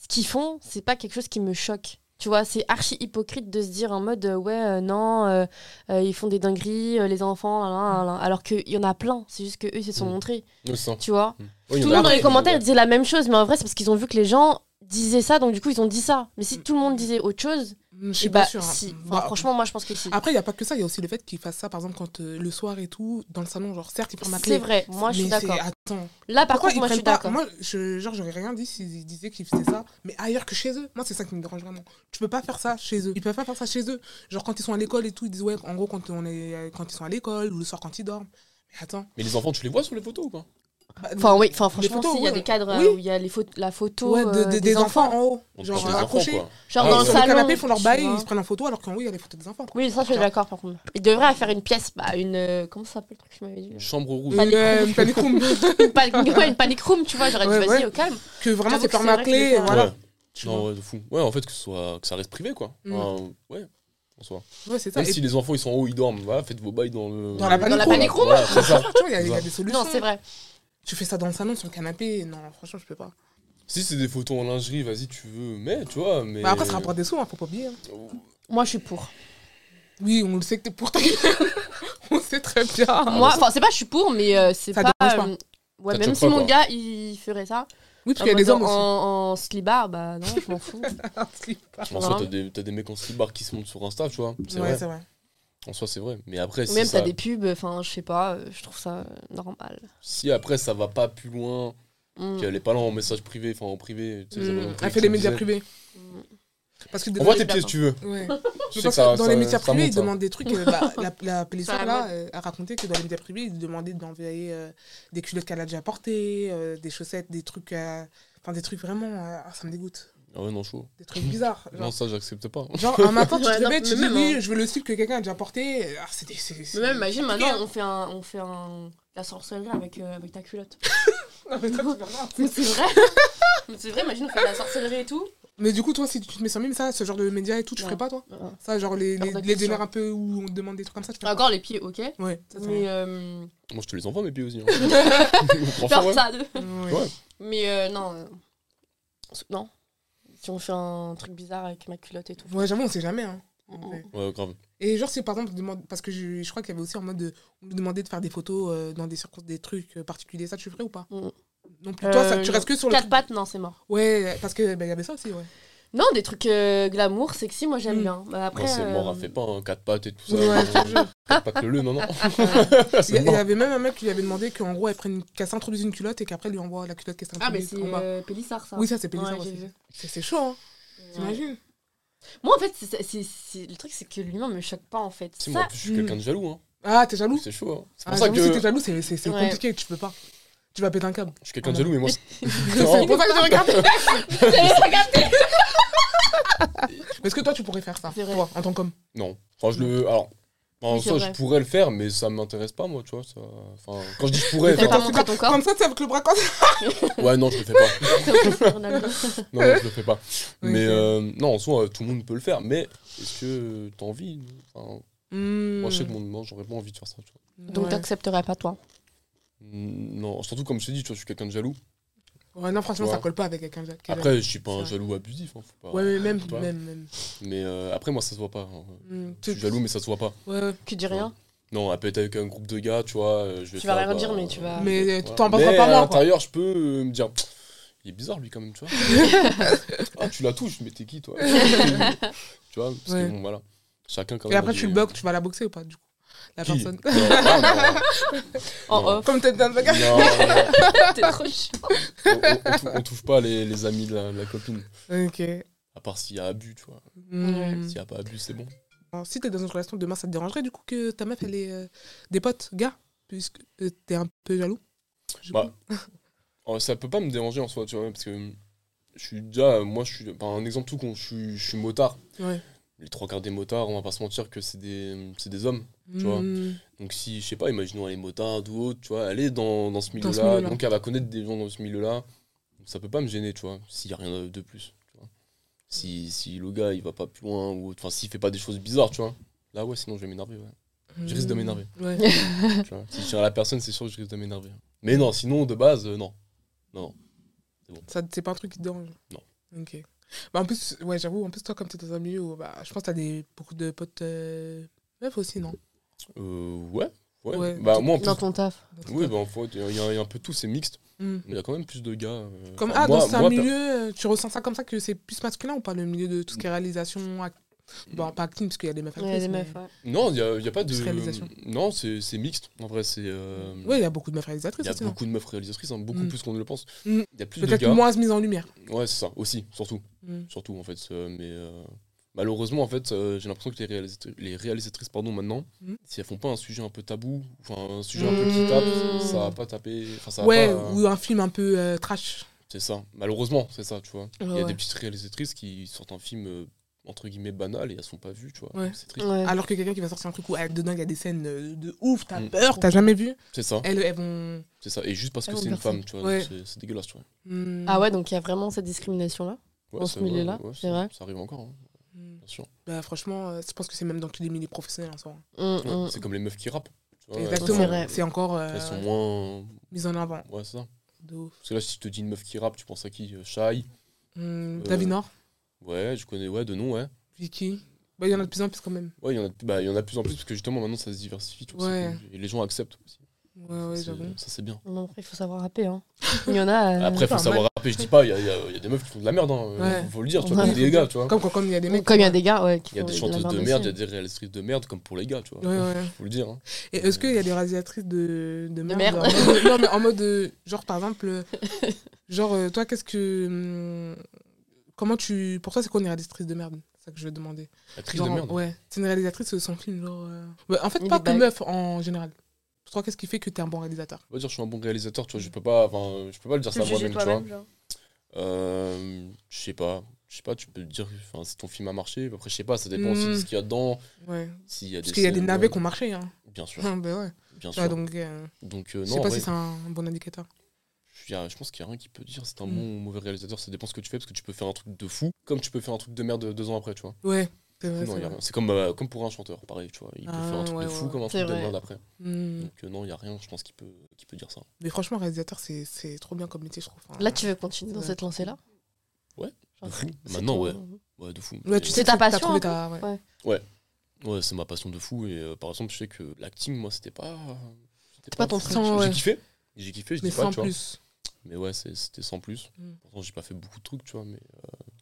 Speaker 3: ce qu'ils font, c'est pas quelque chose qui me choque. Tu vois, c'est archi hypocrite de se dire en mode euh, ouais, euh, non, euh, euh, ils font des dingueries, euh, les enfants, là, là, là, là. alors qu'il y en a plein. C'est juste qu'eux, ils se sont
Speaker 2: Mm.
Speaker 3: montrés.
Speaker 2: Ouais, c'est ça.
Speaker 3: Tu vois
Speaker 2: Ouais, il y en
Speaker 3: Tout
Speaker 2: a
Speaker 3: le monde dans les
Speaker 2: plein,
Speaker 3: commentaires
Speaker 2: ouais.
Speaker 3: disait la même chose, mais en vrai, c'est parce qu'ils ont vu que les gens disaient ça, donc du coup, ils ont dit ça. Mais si
Speaker 1: Mm.
Speaker 3: tout le monde disait autre chose,
Speaker 1: Je
Speaker 3: eh
Speaker 1: suis
Speaker 3: bah,
Speaker 1: pas sûre. hein.
Speaker 3: si. Enfin,
Speaker 1: Bah,
Speaker 3: franchement, moi, je pense que si.
Speaker 1: Après, il n'y a pas que ça, il y a aussi le fait qu'ils fassent ça, par exemple, quand euh, le soir et tout, dans le salon, genre, certes, ils prennent la clé.
Speaker 3: C'est vrai, moi, je suis
Speaker 1: mais c'est-
Speaker 3: d'accord.
Speaker 1: Attends,
Speaker 3: Là, par
Speaker 1: Pourquoi
Speaker 3: contre, moi,
Speaker 1: ils
Speaker 3: je
Speaker 1: prennent
Speaker 3: suis
Speaker 1: pas-
Speaker 3: d'accord.
Speaker 1: Moi, je, genre, j'aurais rien dit s'ils disaient qu'ils faisaient ça, mais ailleurs que chez eux. Moi, c'est ça qui me dérange vraiment. Tu peux pas faire ça chez eux. Ils peuvent pas faire ça chez eux. Genre, quand ils sont à l'école et tout, ils disent, ouais, en gros, quand, on est, quand ils sont à l'école ou le soir quand ils dorment. Mais attends.
Speaker 2: Mais les enfants, tu les vois sur les photos ou pas
Speaker 1: bah,
Speaker 3: Enfin, oui, enfin,
Speaker 1: Les
Speaker 3: franchement,
Speaker 1: photos,
Speaker 3: si, il y a
Speaker 1: ouais.
Speaker 3: des cadres euh,
Speaker 1: Oui.
Speaker 3: où il y a les photos- la photo
Speaker 1: ouais, de-
Speaker 3: euh,
Speaker 1: de-
Speaker 3: des,
Speaker 1: des enfants,
Speaker 3: enfants.
Speaker 1: en haut.
Speaker 2: On
Speaker 1: Genre,
Speaker 2: prend les enfants,
Speaker 1: accrochés.
Speaker 2: quoi.
Speaker 3: Genre
Speaker 2: Ah,
Speaker 3: dans
Speaker 2: ouais,
Speaker 3: le
Speaker 1: sur
Speaker 3: salon.
Speaker 1: le canapé, ils font leur
Speaker 3: tu
Speaker 1: bail,
Speaker 3: vois.
Speaker 1: ils se prennent en photo, alors qu'en haut, il y a les photos des enfants. quoi.
Speaker 3: Oui, ça, je suis
Speaker 1: Genre.
Speaker 3: d'accord, par contre. Ils devraient faire une pièce, bah, une. euh, Comment ça s'appelle le truc que tu m'avais dit là
Speaker 2: Une chambre rouge.
Speaker 3: Panic
Speaker 1: Euh,
Speaker 3: room.
Speaker 1: panic room.
Speaker 3: Une panic- ouais, une panic room, tu vois, j'aurais
Speaker 1: Ouais,
Speaker 3: dit, vas-y,
Speaker 1: ouais.
Speaker 3: au calme.
Speaker 1: que vraiment,
Speaker 3: J'avoue
Speaker 1: c'est
Speaker 3: que
Speaker 1: par
Speaker 3: c'est
Speaker 1: ma
Speaker 3: vrai que
Speaker 1: clé.
Speaker 3: les parents-
Speaker 1: Voilà.
Speaker 2: Ouais.
Speaker 1: Tu
Speaker 2: Non,
Speaker 1: vois.
Speaker 2: ouais, de fou. Ouais, en fait, que, ce soit... que ça reste privé, quoi.
Speaker 1: Mm.
Speaker 2: Enfin, ouais, en soi.
Speaker 1: Ouais, c'est ça.
Speaker 2: Même
Speaker 1: Et
Speaker 2: si les enfants, ils sont en haut, ils dorment. Voilà, faites vos bails dans le.
Speaker 1: Dans la panic Dans la room.
Speaker 3: panic room.
Speaker 2: Voilà, c'est ça.
Speaker 1: franchement, il y a- il y a des solutions.
Speaker 3: Non, c'est vrai.
Speaker 1: Tu fais ça dans le salon, sur le canapé. Non, franchement, je peux pas.
Speaker 2: Si c'est des photos en lingerie, vas-y, tu veux. Mais, tu vois, mais.
Speaker 1: Mais après, ça rapporte des sous, hein, faut pas oublier. hein.
Speaker 3: Moi, je suis pour.
Speaker 1: Oui, on le sait que t'es pour ta On sait très bien.
Speaker 3: Moi, enfin, c'est pas, je suis pour, mais euh, c'est
Speaker 1: Ah, bah, Ça
Speaker 3: pas.
Speaker 1: dérange pas.
Speaker 3: euh, Ouais,
Speaker 2: Ça te
Speaker 3: même
Speaker 2: choque
Speaker 3: si
Speaker 2: pas,
Speaker 3: mon
Speaker 2: quoi.
Speaker 3: gars, il ferait ça.
Speaker 1: Oui, parce
Speaker 3: en
Speaker 1: qu'il y a des
Speaker 3: mode
Speaker 1: hommes
Speaker 3: en,
Speaker 1: aussi.
Speaker 3: en slibard, bah non, je m'en fous.
Speaker 2: En soi, t'as des, t'as des mecs en slibard qui se montrent sur Insta, tu vois. C'est
Speaker 1: Ouais,
Speaker 2: vrai.
Speaker 1: c'est vrai.
Speaker 2: En soi, c'est vrai. Mais après,
Speaker 3: Ou
Speaker 2: si,
Speaker 3: même,
Speaker 2: ça...
Speaker 3: t'as des pubs, enfin, je sais pas, euh, je trouve ça euh, normal.
Speaker 2: si après, ça va pas plus loin,
Speaker 3: Mm.
Speaker 2: qu'elle est pas là en message privé, enfin en privé. tu sais,
Speaker 3: Hmm.
Speaker 2: ça va dans le
Speaker 1: Mm.
Speaker 2: truc,
Speaker 1: Elle fait les
Speaker 2: tu
Speaker 1: médias
Speaker 2: disais.
Speaker 1: privés.
Speaker 3: Mm.
Speaker 1: Parce que
Speaker 2: Envoie tes pieds
Speaker 3: Désolé,
Speaker 2: si tu veux.
Speaker 1: Ouais.
Speaker 2: Je sais
Speaker 1: Parce
Speaker 2: que ça-
Speaker 1: que dans
Speaker 2: ça-
Speaker 1: les médias
Speaker 2: ça
Speaker 1: privés,
Speaker 2: monte,
Speaker 1: ils
Speaker 2: hein.
Speaker 1: demandent des trucs. euh, bah, la la
Speaker 3: Ça
Speaker 1: pédiatre,
Speaker 3: la
Speaker 1: là,
Speaker 3: mode.
Speaker 1: euh, a raconté que dans les médias privés, ils demandaient d'envoyer euh, des culottes qu'elle a déjà portées, euh, des chaussettes, des trucs. euh, Enfin, des trucs vraiment. euh, ah, ça me dégoûte.
Speaker 2: Ah ouais, non, chaud.
Speaker 1: Des trucs bizarres.
Speaker 2: Non,
Speaker 1: Genre,
Speaker 2: ça, j'accepte pas.
Speaker 1: genre un matin, tu
Speaker 3: Ouais,
Speaker 1: te
Speaker 3: non,
Speaker 1: réveilles, tu
Speaker 3: mais
Speaker 1: dis
Speaker 3: même,
Speaker 1: oui,
Speaker 3: hein.
Speaker 1: je veux le slip que quelqu'un a déjà porté. Ah, c'est des. c'est- c'est-
Speaker 3: Mais même, imagine
Speaker 1: compliqué,
Speaker 3: maintenant, on fait un, on fait un, la sorcellerie avec, euh, avec ta culotte.
Speaker 1: Non, mais toi, tu vas voir.
Speaker 3: Mais c'est vrai! Mais c'est vrai, imagine, on fait de la sorcellerie et tout.
Speaker 1: Mais du coup, toi, si tu te mets sur mime, ça, ce genre de médias et tout, tu
Speaker 3: Non.
Speaker 1: ferais pas, toi Ça, genre les,
Speaker 3: Hors
Speaker 1: les,
Speaker 3: de Ah,
Speaker 1: les
Speaker 3: question.
Speaker 1: délires un peu où on te demande des trucs comme ça, tu ferais pas
Speaker 3: Ah. Encore les pieds, ok.
Speaker 1: Ouais, ça, c'est
Speaker 3: Mais euh,
Speaker 2: Moi, je te les envoie, mes pieds aussi. hein.
Speaker 3: faire
Speaker 2: Franchement, ouais.
Speaker 3: ça à deux.
Speaker 1: vrai.
Speaker 2: Ouais.
Speaker 1: Ouais.
Speaker 3: Mais euh, non. euh, Non. Si on fait un truc bizarre avec ma culotte et tout.
Speaker 1: Ouais, j'avoue, on sait jamais. Hein.
Speaker 3: Mm.
Speaker 2: Ouais, grave.
Speaker 1: Et genre, si par exemple, on demande- parce que je, je crois qu'il y avait aussi en mode, de, on nous demandait de faire des photos euh, dans des circonstances, des trucs euh, particuliers, ça, tu ferais ou pas
Speaker 3: Mm.
Speaker 1: Non plus. toi, ça,
Speaker 3: Euh,
Speaker 1: tu
Speaker 3: non.
Speaker 1: restes que sur le.
Speaker 3: Quatre
Speaker 1: truc-
Speaker 3: pattes, non, c'est mort.
Speaker 1: Ouais, parce que bah, il y avait ça aussi, ouais.
Speaker 3: Non, des trucs euh, glamour, sexy, moi j'aime
Speaker 1: Mm.
Speaker 3: bien. Bah, après,
Speaker 2: Moi, c'est mort
Speaker 3: euh,
Speaker 2: à fait pas, hein, quatre pattes et tout ça.
Speaker 1: Ouais, je te jure.
Speaker 2: Quatre pattes le le, non, non.
Speaker 1: Il y,
Speaker 2: C'est
Speaker 1: a- il y
Speaker 2: mort.
Speaker 1: avait même un mec qui lui avait demandé qu'en gros, elle prenne, une- qu'elle s'introduise une culotte et qu'après, elle lui envoie la culotte qu'elle
Speaker 3: Ah, mais
Speaker 1: s'introduise
Speaker 3: c'est
Speaker 1: en bas.
Speaker 3: euh, Pélissard, ça.
Speaker 1: Oui, ça, c'est Pélissard
Speaker 3: Ouais, j'ai
Speaker 1: aussi.
Speaker 3: vu.
Speaker 1: C'est c'est chaud, hein.
Speaker 3: Ouais.
Speaker 1: T'imagines
Speaker 3: Moi, en fait, c'est ça- c'est- c'est- le truc, c'est que l'humain me choque pas, en fait.
Speaker 2: Si,
Speaker 3: Ça,
Speaker 2: moi, en plus, je suis quelqu'un de jaloux. Hein.
Speaker 1: Ah, t'es jaloux
Speaker 2: C'est chaud. Hein. C'est pour
Speaker 1: Ah,
Speaker 2: ça
Speaker 1: j'avoue,
Speaker 2: que
Speaker 1: Si t'es
Speaker 2: je
Speaker 1: jaloux, c'est c'est- c'est
Speaker 3: Ouais.
Speaker 1: compliqué, tu peux pas. Tu vas péter un câble.
Speaker 2: suis quelqu'un de jaloux, mais moi,
Speaker 1: C'est
Speaker 2: c'est.
Speaker 1: pour ça que je regarde.
Speaker 3: Regarde,
Speaker 1: Est-ce que toi, tu pourrais faire ça
Speaker 3: C'est vrai.
Speaker 1: Toi, en tant qu'homme
Speaker 2: Non. Enfin, je le. Alors. En
Speaker 3: Oui, c'est
Speaker 2: soi,
Speaker 3: vrai.
Speaker 2: je pourrais le faire, mais ça m'intéresse pas, moi, tu vois. Ça... Enfin, quand je dis je pourrais,
Speaker 3: T'as
Speaker 2: enfin,
Speaker 3: pas montré ton corps.
Speaker 1: Comme ça, tu sais, avec le bras comme ça.
Speaker 2: ouais, non, je le fais pas.
Speaker 3: Ronaldo.
Speaker 2: Non, non, je le fais pas.
Speaker 1: Oui,
Speaker 2: mais
Speaker 1: c'est-
Speaker 2: euh, non, en soi, euh, tout le monde peut le faire. Mais est-ce que euh, t'as envie Enfin, Moi, je sais
Speaker 1: Hmm.
Speaker 2: que mon moi, j'aurais pas envie de faire ça. Tu vois.
Speaker 3: Donc,
Speaker 1: ouais.
Speaker 3: t'accepterais pas, toi.
Speaker 2: Mm, Non, surtout comme je t'ai dit, tu vois, je suis quelqu'un de jaloux.
Speaker 1: Ouais, non, franchement,
Speaker 2: Ouais.
Speaker 1: ça colle pas avec quelqu'un de qui est
Speaker 2: Après, je suis pas un
Speaker 1: C'est vrai.
Speaker 2: jaloux abusif. hein, faut
Speaker 1: jaloux.
Speaker 2: pas-
Speaker 1: Ouais, mais même.
Speaker 2: Ouais.
Speaker 1: même, même.
Speaker 2: Mais euh, après, moi, ça se voit pas. hein.
Speaker 1: Mm,
Speaker 2: Je
Speaker 1: tu-
Speaker 2: suis jaloux, mais ça se voit pas.
Speaker 1: Ouais, ouais.
Speaker 3: Tu dis rien.
Speaker 2: Non, elle peut être avec un groupe de gars, tu vois. euh, Je vais
Speaker 3: Tu vas
Speaker 2: faire,
Speaker 3: rien
Speaker 2: bah,
Speaker 3: dire, mais tu vas-
Speaker 1: Mais,
Speaker 2: ouais.
Speaker 1: euh, tu t'en penseras
Speaker 2: Mais
Speaker 1: pas moins,
Speaker 2: À
Speaker 1: quoi.
Speaker 2: l'intérieur, je peux euh, me dire. Il est bizarre, lui, quand même, tu vois. ah, tu la touches, mais t'es qui, toi Tu vois, parce
Speaker 1: Ouais.
Speaker 2: que bon, voilà. Chacun, quand
Speaker 1: Et
Speaker 2: même. a
Speaker 1: après,
Speaker 2: des-
Speaker 1: tu le bloques, tu vas la boxer ou pas, du coup La
Speaker 2: Qui
Speaker 1: personne.
Speaker 2: Non, ah, non.
Speaker 3: En
Speaker 2: Non.
Speaker 3: off,
Speaker 1: Comme t'es dans le bagarre.
Speaker 2: Non, non, non.
Speaker 3: Oh, t'es trop chaud.
Speaker 2: on, on- on tou- on touche pas les, les amis de la, la copine.
Speaker 1: Ok.
Speaker 2: À part s'il y a abus, tu vois.
Speaker 1: Mm.
Speaker 2: S'il y a pas abus, c'est bon.
Speaker 1: Alors, Si t'es dans une relation demain, ça te dérangerait du coup que ta meuf, elle ait euh, des potes, gars Puisque euh, t'es un peu jaloux du
Speaker 2: Bah,
Speaker 1: coup.
Speaker 2: Oh, ça peut pas me déranger en soi, tu vois, parce que hum, je suis déjà, euh, moi, je suis, par un exemple tout con, je suis, je suis motard.
Speaker 1: Ouais.
Speaker 2: Les trois quarts des motards, on va pas se mentir que c'est des, c'est des hommes. vois.
Speaker 1: Mm.
Speaker 2: Donc si, je sais pas, imaginons elle est motarde ou autre, tu vois, elle est dans, dans ce milieu-là,
Speaker 1: milieu-là.
Speaker 2: donc elle va connaître des gens dans ce milieu-là. Donc, ça peut pas me gêner, tu vois, s'il y a rien de plus. tu vois. Si, si le gars, il va pas plus loin ou autre, enfin, s'il fait pas des choses bizarres, tu vois. Là, ouais, sinon je vais m'énerver, ouais. Je risque de m'énerver.
Speaker 1: Hmm. Ouais.
Speaker 2: Tu vois, si je tire à la personne, c'est sûr que je risque de m'énerver. Mais non, sinon, de base, euh, non.
Speaker 1: Ça, c'est pas un truc qui te dérange.
Speaker 2: Non.
Speaker 1: Ok. Bah, en plus, ouais, j'avoue, en plus, toi, comme t'es dans un milieu où, bah, je pense que t'as des, beaucoup de potes euh, meufs aussi, non
Speaker 2: Euh, ouais. Ouais.
Speaker 1: Ouais.
Speaker 2: Bah, moi, en plus.
Speaker 3: Dans ton taf.
Speaker 2: Oui, bah, en fait, il y, a- il y a un peu tout, c'est mixte.
Speaker 1: Hmm.
Speaker 2: Mais il y a quand même plus de gars. euh,
Speaker 1: Comme,
Speaker 2: enfin,
Speaker 1: ah,
Speaker 2: moi-
Speaker 1: dans un
Speaker 2: moi, per-
Speaker 1: milieu, euh, tu ressens ça comme ça que c'est plus masculin ou pas le milieu de tout ce qui est réalisation act- Bon, pas acting, parce qu'il y a des meufs
Speaker 3: Ouais,
Speaker 1: actrices.
Speaker 3: des
Speaker 1: mais-
Speaker 3: meufs, ouais.
Speaker 2: Non, il n'y a, il y a pas de.
Speaker 1: Plus réalisation.
Speaker 2: Non, c'est c'est mixte. En vrai, c'est. euh,
Speaker 1: Ouais, il y a beaucoup de meufs
Speaker 2: Il
Speaker 1: réalisatrices
Speaker 2: y a
Speaker 1: aussi, non
Speaker 2: beaucoup de meufs réalisatrices, hein, beaucoup
Speaker 1: Mm.
Speaker 2: plus qu'on ne le pense. Il
Speaker 1: Mm.
Speaker 2: y a plus de
Speaker 1: Peut-être
Speaker 2: gars.
Speaker 1: moins mise en lumière.
Speaker 2: Ouais, c'est ça, aussi, surtout.
Speaker 1: Mm.
Speaker 2: Surtout, en fait. euh, mais euh, malheureusement, en fait, euh, j'ai l'impression que les, réalisatrices- les réalisatrices, pardon, maintenant,
Speaker 1: Mm.
Speaker 2: si elles font pas un sujet un peu tabou, enfin, un sujet un peu qui tape,
Speaker 3: Mm.
Speaker 2: ça va pas taper. Enfin, ça va
Speaker 1: Ouais,
Speaker 2: pas, euh,
Speaker 1: ou un film un peu euh, trash.
Speaker 2: C'est ça. Malheureusement, c'est ça, tu vois. Il y a
Speaker 1: Ouais, ouais.
Speaker 2: des petites réalisatrices qui sortent un film, euh, entre guillemets, banal et elles sont pas vues, tu vois.
Speaker 1: Ouais.
Speaker 2: C'est triste.
Speaker 3: Ouais.
Speaker 1: Alors que quelqu'un qui va sortir un truc où ah, dedans il y a des scènes euh, de ouf, t'as
Speaker 2: Mm.
Speaker 1: peur, t'as jamais vu.
Speaker 2: C'est ça,
Speaker 1: Elles, elles vont.
Speaker 2: c'est ça. Et juste parce que
Speaker 3: Ah,
Speaker 2: c'est une
Speaker 3: personne.
Speaker 2: femme, tu vois.
Speaker 1: Ouais.
Speaker 2: donc c'est- C'est dégueulasse, tu vois.
Speaker 1: Hmm.
Speaker 3: Ah ouais, donc il y a vraiment cette discrimination-là.
Speaker 2: Ouais,
Speaker 3: Dans ce
Speaker 2: ça- ouais,
Speaker 3: milieu-là,
Speaker 2: ouais,
Speaker 3: c'est
Speaker 2: ça-
Speaker 3: vrai.
Speaker 2: Ça arrive encore, hein,
Speaker 1: Hmm.
Speaker 2: bien sûr.
Speaker 1: Bah, franchement, euh, je pense que c'est même dans tous les milieux professionnels en soi.
Speaker 3: Hum,
Speaker 2: Ouais,
Speaker 3: hum.
Speaker 2: C'est comme les meufs qui rappent. tu vois, elles
Speaker 3: C'est
Speaker 1: Exactement.
Speaker 3: vrai.
Speaker 1: C'est encore euh,
Speaker 2: Elles sont moins.
Speaker 1: mis en avant.
Speaker 2: Ouais, c'est ça.
Speaker 1: De ouf.
Speaker 2: Parce que là, si je te dis une meuf qui rappe, tu penses à qui Euh, Shai
Speaker 1: Hmm,
Speaker 2: Euh,
Speaker 1: David Nord,
Speaker 2: Ouais, je connais, ouais, de nom, ouais.
Speaker 1: Vicky. Bah, il y en a de plus en plus quand même.
Speaker 2: Ouais, il y, en a de- bah, il y en a de plus en plus parce que justement, maintenant, ça se diversifie. tu vois,
Speaker 1: Ouais.
Speaker 2: c'est cool. Et les gens acceptent aussi.
Speaker 1: Ouais, ouais,
Speaker 2: C'est-
Speaker 1: j'avoue.
Speaker 2: ça, c'est bien.
Speaker 3: Non, après, il faut savoir rapper. Hein. Il y en a. euh,
Speaker 2: Après, faut
Speaker 1: pas
Speaker 2: savoir rapper. Je dis pas, il y, a- il y a- il y a des meufs qui font de la merde, hein.
Speaker 1: Ouais.
Speaker 2: faut le dire, tu vois,
Speaker 3: Ouais.
Speaker 2: comme des gars, tu vois.
Speaker 1: Comme quand comme il y a des mecs.
Speaker 3: Comme il y a des gars, ouais.
Speaker 2: Il
Speaker 3: qui
Speaker 2: y a
Speaker 3: font
Speaker 2: des
Speaker 3: la
Speaker 2: chanteuses de
Speaker 3: aussi.
Speaker 2: merde, il y a des réalisatrices de merde, comme pour les gars, tu vois.
Speaker 1: Ouais, ouais.
Speaker 2: Faut le dire. hein.
Speaker 1: Et est-ce qu'il y a des réalisatrices de, de merde, genre,
Speaker 3: merde.
Speaker 1: en mode- Non, mais en mode. euh, Genre, par exemple. euh, Genre, euh, toi, qu'est-ce que. hum, Comment tu. Pour toi, c'est quoi une réalisatrice de merde C'est ça que je vais demander.
Speaker 2: Actrice
Speaker 1: Genre,
Speaker 2: de merde.
Speaker 1: Ouais. C'est une réalisatrice sans film, genre. euh, ouais, en fait,
Speaker 3: Il
Speaker 1: pas
Speaker 3: est
Speaker 1: que
Speaker 3: bague.
Speaker 1: meuf en général. Pour toi, qu'est-ce qui fait que t'es un bon réalisateur
Speaker 2: Je vais dire, je suis un bon réalisateur, tu vois. Je peux pas, enfin, je peux pas le dire ça à moi-même, tu vois.
Speaker 4: genre.
Speaker 2: Euh, je sais pas. Je sais pas, tu peux te dire enfin, si ton film a marché. Après, je sais pas, ça dépend aussi de
Speaker 1: Mm.
Speaker 2: ce qu'il y a dedans.
Speaker 1: Ouais.
Speaker 2: S'il y a
Speaker 1: Parce qu'il y a des
Speaker 2: scènes,
Speaker 1: navets
Speaker 2: euh,
Speaker 1: qui ont marché, hein.
Speaker 2: Bien sûr,
Speaker 3: Ben
Speaker 1: Ah, bah ouais.
Speaker 2: bien
Speaker 1: Ouais,
Speaker 2: sûr.
Speaker 1: donc, euh,
Speaker 2: Donc, euh,
Speaker 1: je
Speaker 2: non,
Speaker 1: sais
Speaker 2: en
Speaker 1: pas
Speaker 2: vrai,
Speaker 1: si c'est un bon indicateur.
Speaker 2: je- y a- je pense qu'il n'y a rien qui peut dire c'est un
Speaker 1: Mm.
Speaker 2: bon ou mauvais réalisateur. Ça dépend ce que tu fais parce que tu peux faire un truc de fou comme tu peux faire un truc de merde deux ans après, tu vois.
Speaker 1: Ouais. C'est vrai.
Speaker 2: Non,
Speaker 1: c'est
Speaker 2: y a
Speaker 1: vrai.
Speaker 2: rien. C'est comme, euh, comme pour un chanteur, pareil, tu vois. Il peut
Speaker 1: Ah,
Speaker 2: faire un truc
Speaker 1: ouais,
Speaker 2: de fou
Speaker 1: ouais.
Speaker 2: comme un
Speaker 3: C'est
Speaker 2: truc de
Speaker 3: vrai.
Speaker 2: merde après.
Speaker 1: Hum.
Speaker 2: Donc, euh, non, il n'y a rien, je pense, qui peut, qui peut dire ça.
Speaker 1: Mais franchement, réalisateur, c'est- c'est trop bien comme métier, je trouve. Enfin,
Speaker 3: Là, tu veux continuer dans
Speaker 1: Ouais.
Speaker 3: cette lancée-là
Speaker 2: Ouais,
Speaker 3: Genre,
Speaker 2: de fou.
Speaker 3: c'est hein.
Speaker 2: Maintenant,
Speaker 3: ton-
Speaker 2: ouais. Ah, Ouais, de fou.
Speaker 1: Ouais, tu
Speaker 2: Et-
Speaker 1: sais
Speaker 3: C'est ta
Speaker 1: que t'as
Speaker 3: passion, hein.
Speaker 1: trouvé
Speaker 3: un
Speaker 1: ta- ouais.
Speaker 2: Ouais, c'est ma passion de fou. Et euh, par exemple, je sais que l'acting, moi, c'était pas. C'était
Speaker 3: pas ton
Speaker 2: fou.
Speaker 1: sang,
Speaker 2: J'ai
Speaker 1: ouais.
Speaker 2: kiffé. J'ai kiffé, je
Speaker 1: Mais
Speaker 2: dis pas,
Speaker 1: sans
Speaker 2: tu vois.
Speaker 1: plus.
Speaker 2: Mais ouais, c'est- c'était sans plus.
Speaker 1: Mm.
Speaker 2: Pourtant, j'ai pas fait beaucoup de trucs, tu vois. Mais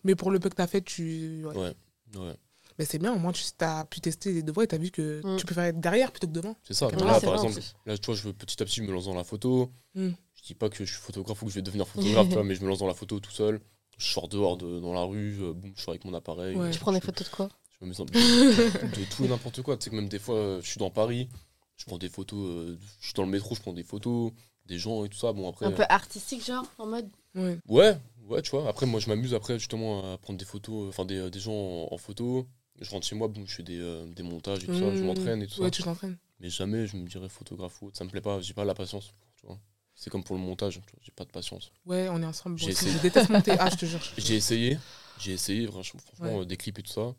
Speaker 1: Mais pour le peu que t'as fait, tu. ouais.
Speaker 2: Ouais. ouais,
Speaker 1: Mais c'est bien, au moins tu as pu tester les deux voies et t'as vu que
Speaker 3: Mm.
Speaker 1: tu préfères être derrière plutôt que devant.
Speaker 2: c'est ça.
Speaker 1: Ouais,
Speaker 2: là,
Speaker 1: c'est
Speaker 2: par
Speaker 3: vrai, en
Speaker 2: exemple, là, tu vois, je veux petit à petit, je me lance dans la photo.
Speaker 1: Mm.
Speaker 2: Je dis pas que je suis photographe ou que je vais devenir photographe, tu vois, mais je me lance dans la photo tout seul. Je sors dehors de- dans la rue, euh, boum, je sors avec mon appareil.
Speaker 1: Ouais.
Speaker 3: Tu prends des
Speaker 2: Je-
Speaker 3: photos de quoi
Speaker 2: Je me mets en- de, de tout et n'importe quoi. Tu sais que même des fois, euh, je suis dans Paris, je prends des photos, euh, je suis dans le métro, je prends des photos, des gens et tout ça. Bon, après.
Speaker 3: Un peu artistique, genre, en mode.
Speaker 1: Ouais.
Speaker 2: Ouais, ouais, tu vois. Après, moi, je m'amuse après justement à prendre des photos, euh, enfin des, euh, des gens en, en photo. Je rentre chez moi, boum, je fais des, euh, des montages et tout ça, je
Speaker 1: Mm.
Speaker 2: m'entraîne et tout
Speaker 1: Ouais,
Speaker 2: ça.
Speaker 1: tu t'entraînes.
Speaker 2: Mais jamais je me dirais photographe ou autre. Ça me plaît pas, j'ai pas la patience. tu vois. C'est comme pour le montage, tu vois, j'ai pas de patience.
Speaker 1: Ouais, on est ensemble.
Speaker 2: J'ai
Speaker 1: Bon,
Speaker 2: essayé.
Speaker 1: je déteste monter. Ah, je te jure.
Speaker 2: J'ai essayé, j'ai essayé, franchement, franchement,
Speaker 1: Ouais.
Speaker 2: euh, des clips et tout ça.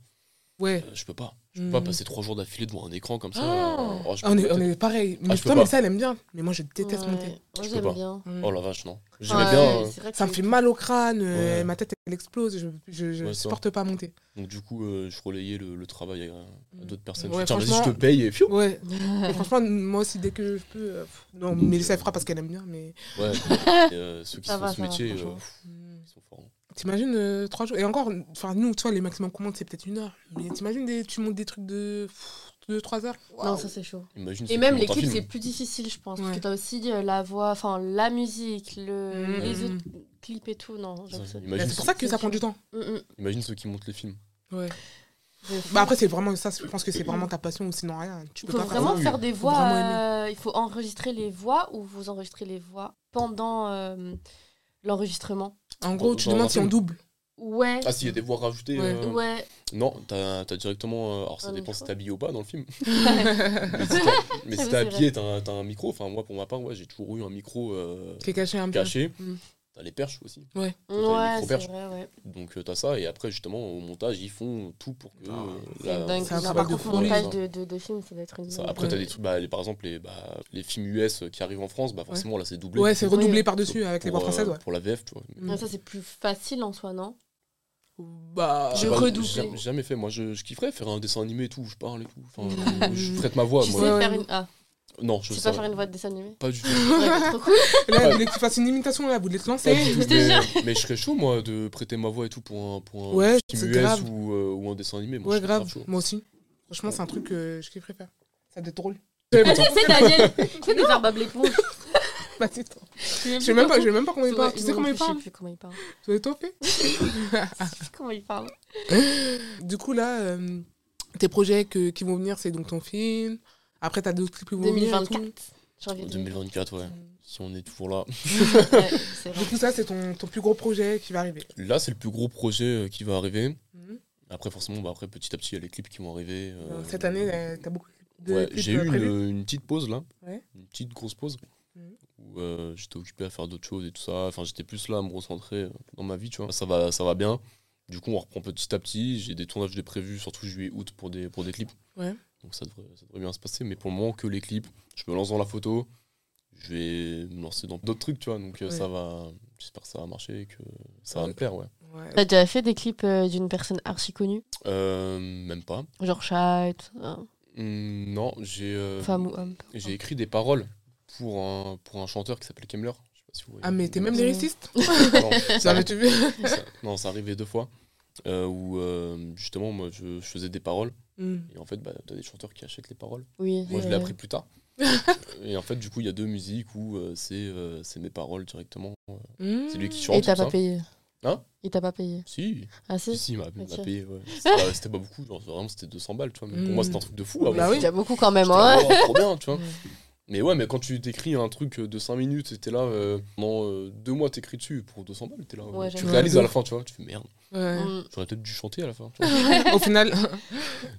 Speaker 1: Ouais.
Speaker 2: Euh, je peux pas.
Speaker 1: Je
Speaker 2: Je peux pas passer trois jours d'affilée devant un écran comme ça.
Speaker 1: Ah.
Speaker 2: euh, oh, je peux
Speaker 1: on, est,
Speaker 2: peut-être-
Speaker 1: on est pareil. Mais
Speaker 2: je peux
Speaker 1: toi,
Speaker 2: pas.
Speaker 1: mais ça, elle aime bien. Mais moi, je déteste
Speaker 3: Ouais.
Speaker 1: monter.
Speaker 3: Moi,
Speaker 2: Je peux pas.
Speaker 3: j'aime bien.
Speaker 1: Mm.
Speaker 2: Oh la vache, non. J'aimais
Speaker 3: Ouais,
Speaker 2: bien. euh,
Speaker 3: c'est vrai que
Speaker 1: Ça me fait mal au crâne. euh,
Speaker 2: Ouais.
Speaker 1: ma tête, elle explose. Je, je, je
Speaker 2: Ouais, ça.
Speaker 1: supporte pas monter.
Speaker 2: Donc, du coup, euh, je relayais le, le travail à, à d'autres personnes.
Speaker 1: Mmh. Ouais,
Speaker 2: Tiens, vas-y, je
Speaker 1: franchement-
Speaker 2: te paye et fiou.
Speaker 1: Ouais. Et franchement, moi aussi, dès que je peux. euh, pff, non, mais ça elle fera parce qu'elle aime bien. Mais
Speaker 2: Ouais, et, euh, ceux qui
Speaker 3: Ça
Speaker 2: font
Speaker 3: va,
Speaker 2: ce
Speaker 3: ça va,
Speaker 2: métier,
Speaker 3: franchement.
Speaker 2: euh, pff,
Speaker 1: mm.
Speaker 2: ils sont forts. hein.
Speaker 1: t'imagines euh, trois jours. Et encore, enfin, nous, tu vois, les maximum qu'on monte, c'est peut-être une heure. Mais t'imagines, des- tu montes des trucs de 2-3 heures.
Speaker 3: Non,
Speaker 1: Waouh.
Speaker 3: ça, c'est chaud.
Speaker 2: Imagine ceux
Speaker 3: Et
Speaker 2: qui
Speaker 3: même
Speaker 2: montent
Speaker 3: les
Speaker 2: un
Speaker 3: clips, c'est
Speaker 2: film.
Speaker 3: plus difficile, je pense. Parce
Speaker 1: Ouais.
Speaker 3: que t'as aussi euh, la voix, enfin, la musique, le...
Speaker 1: Mm.
Speaker 3: les
Speaker 1: Mm.
Speaker 3: autres clips et tout. Non, j'aime ça.
Speaker 2: Ça,
Speaker 1: Bah,
Speaker 2: Imagine,
Speaker 1: C'est pour
Speaker 2: ceux-
Speaker 1: ça que ça prend du temps.
Speaker 3: Mm, mm.
Speaker 2: imagine ceux qui montent les films.
Speaker 1: Ouais.
Speaker 3: De
Speaker 1: Bah après c'est vraiment ça, je pense que c'est vraiment ta passion ou sinon rien. Tu
Speaker 3: Il
Speaker 1: peux
Speaker 3: faut
Speaker 1: pas faire
Speaker 3: vraiment
Speaker 2: ça.
Speaker 3: faire des
Speaker 1: Faut
Speaker 3: voix.
Speaker 1: vraiment aimer.
Speaker 3: euh, il faut enregistrer les voix ou vous enregistrez les voix pendant euh, l'enregistrement.
Speaker 1: ça. En gros,
Speaker 2: Dans-
Speaker 1: tu
Speaker 2: dans un
Speaker 1: demandes si on
Speaker 2: film.
Speaker 1: double.
Speaker 3: Ouais.
Speaker 2: Ah, s'il y a des voix rajoutées.
Speaker 1: Ouais.
Speaker 2: euh,
Speaker 3: Ouais.
Speaker 2: Non, t'as t'as directement. euh, alors, ça
Speaker 3: Un
Speaker 2: dépend
Speaker 3: micro.
Speaker 2: si t'es habillé ou pas dans le film.
Speaker 3: Ouais.
Speaker 2: Mais
Speaker 3: Ça,
Speaker 2: si
Speaker 3: oui,
Speaker 2: t'es
Speaker 3: c'est
Speaker 2: habillé, t'as un, t'as un micro. Enfin, moi, pour ma part, ouais, j'ai toujours eu un micro euh,
Speaker 1: Qui est caché
Speaker 3: Mhm.
Speaker 1: un peu.
Speaker 2: caché.
Speaker 1: Mm.
Speaker 2: T'as les perches aussi.
Speaker 3: Ouais, c'est
Speaker 2: micro-perches.
Speaker 3: vrai, ouais.
Speaker 2: Donc, euh, t'as ça. Et après, justement, au montage, ils font tout pour que.
Speaker 1: Ah,
Speaker 2: euh,
Speaker 3: C'est
Speaker 2: la-
Speaker 3: dingue.
Speaker 1: c'est un
Speaker 3: Non,
Speaker 1: travail
Speaker 3: par
Speaker 1: de
Speaker 3: contre,
Speaker 1: fou. hein.
Speaker 3: montage
Speaker 2: Ça.
Speaker 3: de, de, de film, ça doit être une.
Speaker 2: Ça,
Speaker 3: dingue.
Speaker 2: après, t'as des trucs, bah, les, par exemple, les, bah, les films US qui arrivent en France, bah, forcément, là, c'est doublé.
Speaker 1: Ouais, c'est
Speaker 3: Oui.
Speaker 1: redoublé par-dessus avec les
Speaker 2: Pour,
Speaker 1: voix françaises,
Speaker 2: euh,
Speaker 1: ouais.
Speaker 2: Pour la VF, tu vois.
Speaker 1: Mm.
Speaker 3: Ouais, Ça, c'est plus facile en soi, non
Speaker 1: Bah,
Speaker 3: Je
Speaker 2: J'ai pas-
Speaker 3: redoute.
Speaker 2: j'ai eh ben, jamais fait. Moi, je, je kifferais faire un dessin animé et tout. Je parle et tout. Enfin, je- je prête ma voix.
Speaker 3: tu sais
Speaker 2: moi.
Speaker 1: ouais,
Speaker 3: faire
Speaker 1: ouais.
Speaker 3: une. Ah,
Speaker 2: Non, je
Speaker 3: tu sais
Speaker 2: sais
Speaker 3: pas faire une voix de dessin animé
Speaker 2: pas du tout.
Speaker 3: Ouais, trop cool.
Speaker 1: là, vous voulez que tu fasses une imitation, là, vous voulez te
Speaker 2: Pas
Speaker 1: lancer
Speaker 2: du tout,
Speaker 3: Je te
Speaker 2: mais, mais je serais chaud, moi, de prêter ma voix et tout pour un, pour un
Speaker 1: Ouais,
Speaker 2: petit
Speaker 1: c'est
Speaker 2: muet
Speaker 1: grave.
Speaker 2: ou, euh, ou un dessin animé. Moi,
Speaker 1: Ouais,
Speaker 2: je serais
Speaker 1: grave,
Speaker 2: grave chaud.
Speaker 1: moi aussi. Franchement, c'est un truc que je kifferais faire. Ça doit être drôle.
Speaker 3: Ah, tu sais, Daniel, tu sais des verbes à l'éponge.
Speaker 1: Bah, c'est toi.
Speaker 3: Je
Speaker 1: Je sais même pas, je sais même pas comment il parle. Tu sais comment il
Speaker 3: Je
Speaker 1: parle Ah,
Speaker 3: sais plus comment il parle.
Speaker 1: Tu es topé
Speaker 3: Je sais plus comment il parle.
Speaker 1: Du coup, là, euh, tes projets que, qui vont venir, c'est donc ton film. Après, t'as d'autres clips qui vont venir.
Speaker 3: 2024.
Speaker 1: et tout.
Speaker 3: J'ai envie de dire.
Speaker 2: 2024, ouais. Si on est toujours là.
Speaker 3: Ouais, c'est vrai.
Speaker 1: Du coup, ça, c'est ton, ton plus gros projet qui va arriver.
Speaker 2: Là, c'est le plus gros projet euh, qui va arriver.
Speaker 1: Mhm.
Speaker 2: Après, forcément, bah, après, petit à petit, il y a les clips qui vont arriver. euh,
Speaker 1: Cette année, euh, t'as beaucoup de
Speaker 2: Ouais,
Speaker 1: clips
Speaker 2: j'ai eu
Speaker 1: prévus.
Speaker 2: une, une petite pause là,
Speaker 1: Ouais.
Speaker 2: une petite grosse pause
Speaker 1: Mhm.
Speaker 2: où euh, j'étais occupé à faire d'autres choses et tout ça. Enfin, j'étais plus là à me recentrer euh, dans ma vie, tu vois. Ça va, ça va bien. Du coup, on reprend petit à petit. J'ai des tournages de prévus, surtout juillet, août pour des pour des clips.
Speaker 1: Ouais.
Speaker 2: Donc ça devrait, ça devrait bien se passer. Mais pour le moment, que les clips. Je me lance dans la photo. Je vais me lancer dans d'autres trucs, tu vois. Donc euh,
Speaker 1: Ouais.
Speaker 2: ça va. J'espère que ça va marcher et que ça va
Speaker 1: Ouais.
Speaker 2: me plaire, ouais.
Speaker 1: Ouais.
Speaker 3: T'as déjà fait des clips euh, d'une personne archi connue
Speaker 2: Euh, même pas.
Speaker 3: Genre chat, et tout ça, hein,
Speaker 2: Hum, non, j'ai. euh,
Speaker 3: femme ou homme. peu
Speaker 2: J'ai écrit des paroles pour un, pour un chanteur qui s'appelle Kemmler. Je sais pas si vous voyez.
Speaker 1: Ah, mais t'es même
Speaker 3: Ouais.
Speaker 1: lyriciste
Speaker 2: Non,
Speaker 1: Non,
Speaker 2: ça,
Speaker 1: mais tu veux.
Speaker 2: ça- non, ça arrivait deux fois. euh, où euh, justement, moi, je, je faisais des paroles.
Speaker 1: Mm.
Speaker 2: Et en fait, bah, t'as des chanteurs qui achètent les paroles.
Speaker 3: importe. Oui.
Speaker 2: Moi, je
Speaker 3: euh,
Speaker 2: l'ai appris plus tard. et en fait, du coup, il y a deux musiques où euh, c'est euh, c'est mes paroles directement. euh.
Speaker 1: Mhm.
Speaker 2: C'est lui qui chante.
Speaker 3: Et t'as
Speaker 2: tout
Speaker 3: pas
Speaker 2: ça.
Speaker 3: payé
Speaker 2: Hein
Speaker 3: Il t'a pas payé.
Speaker 2: Si,
Speaker 3: Ah
Speaker 2: si,
Speaker 3: si
Speaker 2: si, il m'a il m'a
Speaker 3: Ok.
Speaker 2: payé. ouais. C'était pas- C'était pas beaucoup. genre, vraiment, c'était 200 balles. Tu vois, mais
Speaker 1: Mm.
Speaker 2: Pour moi, c'était un truc de fou. hein, avant.
Speaker 1: Bah oui.
Speaker 3: Déjà beaucoup quand même.
Speaker 2: J'étais
Speaker 3: Hein.
Speaker 2: là, Oh, trop bien, tu vois.
Speaker 1: Ouais.
Speaker 2: Mais ouais, mais quand tu t'écris un truc de 5 minutes et t'es là, euh, pendant euh, deux mois t'écris dessus pour 200 balles, t'es là.
Speaker 3: Ouais,
Speaker 2: tu
Speaker 3: j'avoue.
Speaker 2: réalises
Speaker 1: Ouais,
Speaker 2: à
Speaker 1: de
Speaker 2: la fin, tu vois, tu fais merde,
Speaker 1: Ouais.
Speaker 3: Mm.
Speaker 2: j'aurais peut-être dû chanter à la fin. tu vois.
Speaker 1: Au final,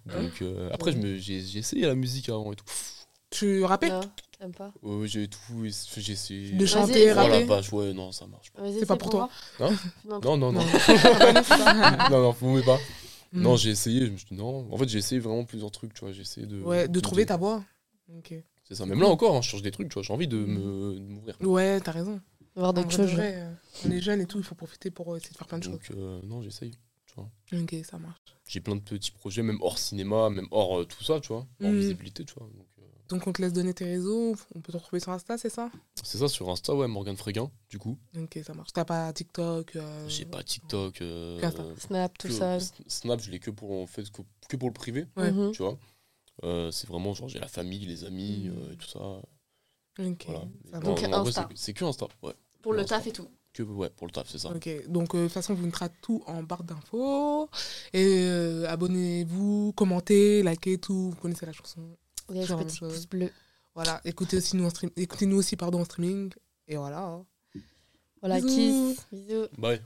Speaker 2: Donc euh, après, je me- j'ai j'ai essayé la musique avant et tout. Pff,
Speaker 1: tu rappelles
Speaker 3: Non, t'aimes pas.
Speaker 2: euh, j'ai tout, ess- j'ai essayé.
Speaker 1: De
Speaker 3: Vas-y,
Speaker 1: chanter,
Speaker 2: Oh
Speaker 1: et
Speaker 3: voilà,
Speaker 2: la
Speaker 1: rapper
Speaker 2: vache, ouais, non, ça marche pas.
Speaker 3: Vas-y,
Speaker 1: pas
Speaker 3: essaye
Speaker 1: pour toi.
Speaker 3: voir.
Speaker 2: Hein
Speaker 3: Non,
Speaker 2: Non, non, non, non, non, vous mettez pas.
Speaker 1: Mm.
Speaker 2: Non, j'ai essayé, je me suis dit non. En fait, j'ai essayé vraiment plusieurs trucs, tu vois, j'ai essayé de.
Speaker 1: Ouais, de trouver ta voix. Ok.
Speaker 2: C'est ça, même là encore, hein, je cherche des trucs, tu vois, j'ai envie de
Speaker 1: Mm.
Speaker 2: me- de m'ouvrir.
Speaker 1: Ouais, t'as raison.
Speaker 3: voir
Speaker 1: En
Speaker 3: d'autres
Speaker 1: vrai de
Speaker 3: choses.
Speaker 1: vrai, euh, on est jeune et tout, il faut profiter pour euh, essayer de faire plein de choses.
Speaker 2: Donc euh, non, j'essaye.
Speaker 1: Ok, ça marche.
Speaker 2: J'ai plein de petits projets, même hors cinéma, même hors euh, tout ça, tu vois, hors
Speaker 1: Mhm.
Speaker 2: visibilité, tu vois. Donc, euh,
Speaker 1: Donc on te laisse donner tes réseaux, on peut te retrouver sur Insta, c'est ça
Speaker 2: C'est ça sur Insta, ouais, Morgan Fréguin, du coup.
Speaker 1: Ok, ça marche. T'as pas TikTok euh,
Speaker 2: J'ai pas TikTok. euh,
Speaker 1: Insta.
Speaker 2: euh,
Speaker 3: Snap, tout
Speaker 2: que-
Speaker 3: ça.
Speaker 2: S- Snap, je l'ai que pour en fait que, que pour le privé,
Speaker 1: Ouais.
Speaker 3: Mhm.
Speaker 2: tu vois. Euh, c'est vraiment genre j'ai la famille, les amis,
Speaker 1: Mhm.
Speaker 2: euh, et tout ça.
Speaker 1: Ok,
Speaker 2: Voilà.
Speaker 1: ça
Speaker 2: Non,
Speaker 1: marche.
Speaker 3: Donc,
Speaker 2: non, en vrai,
Speaker 3: Insta.
Speaker 2: c'est- c'est que Insta, ouais.
Speaker 3: Pour le
Speaker 2: Insta.
Speaker 3: taf et tout.
Speaker 2: Que ouais, pour le taf, c'est ça.
Speaker 1: Ok, donc euh, de toute façon, vous mettra tout en barre d'infos. Et euh, abonnez-vous, commentez, likez tout, vous connaissez la chanson.
Speaker 3: Yes,
Speaker 1: Genre,
Speaker 3: petit
Speaker 1: euh,
Speaker 3: pouce bleu.
Speaker 1: Voilà, écoutez aussi nous en stream, écoutez nous aussi pardon en streaming. Et voilà. hein.
Speaker 3: Voilà,
Speaker 1: Bisous.
Speaker 3: kiss. Bisous.
Speaker 2: Bye.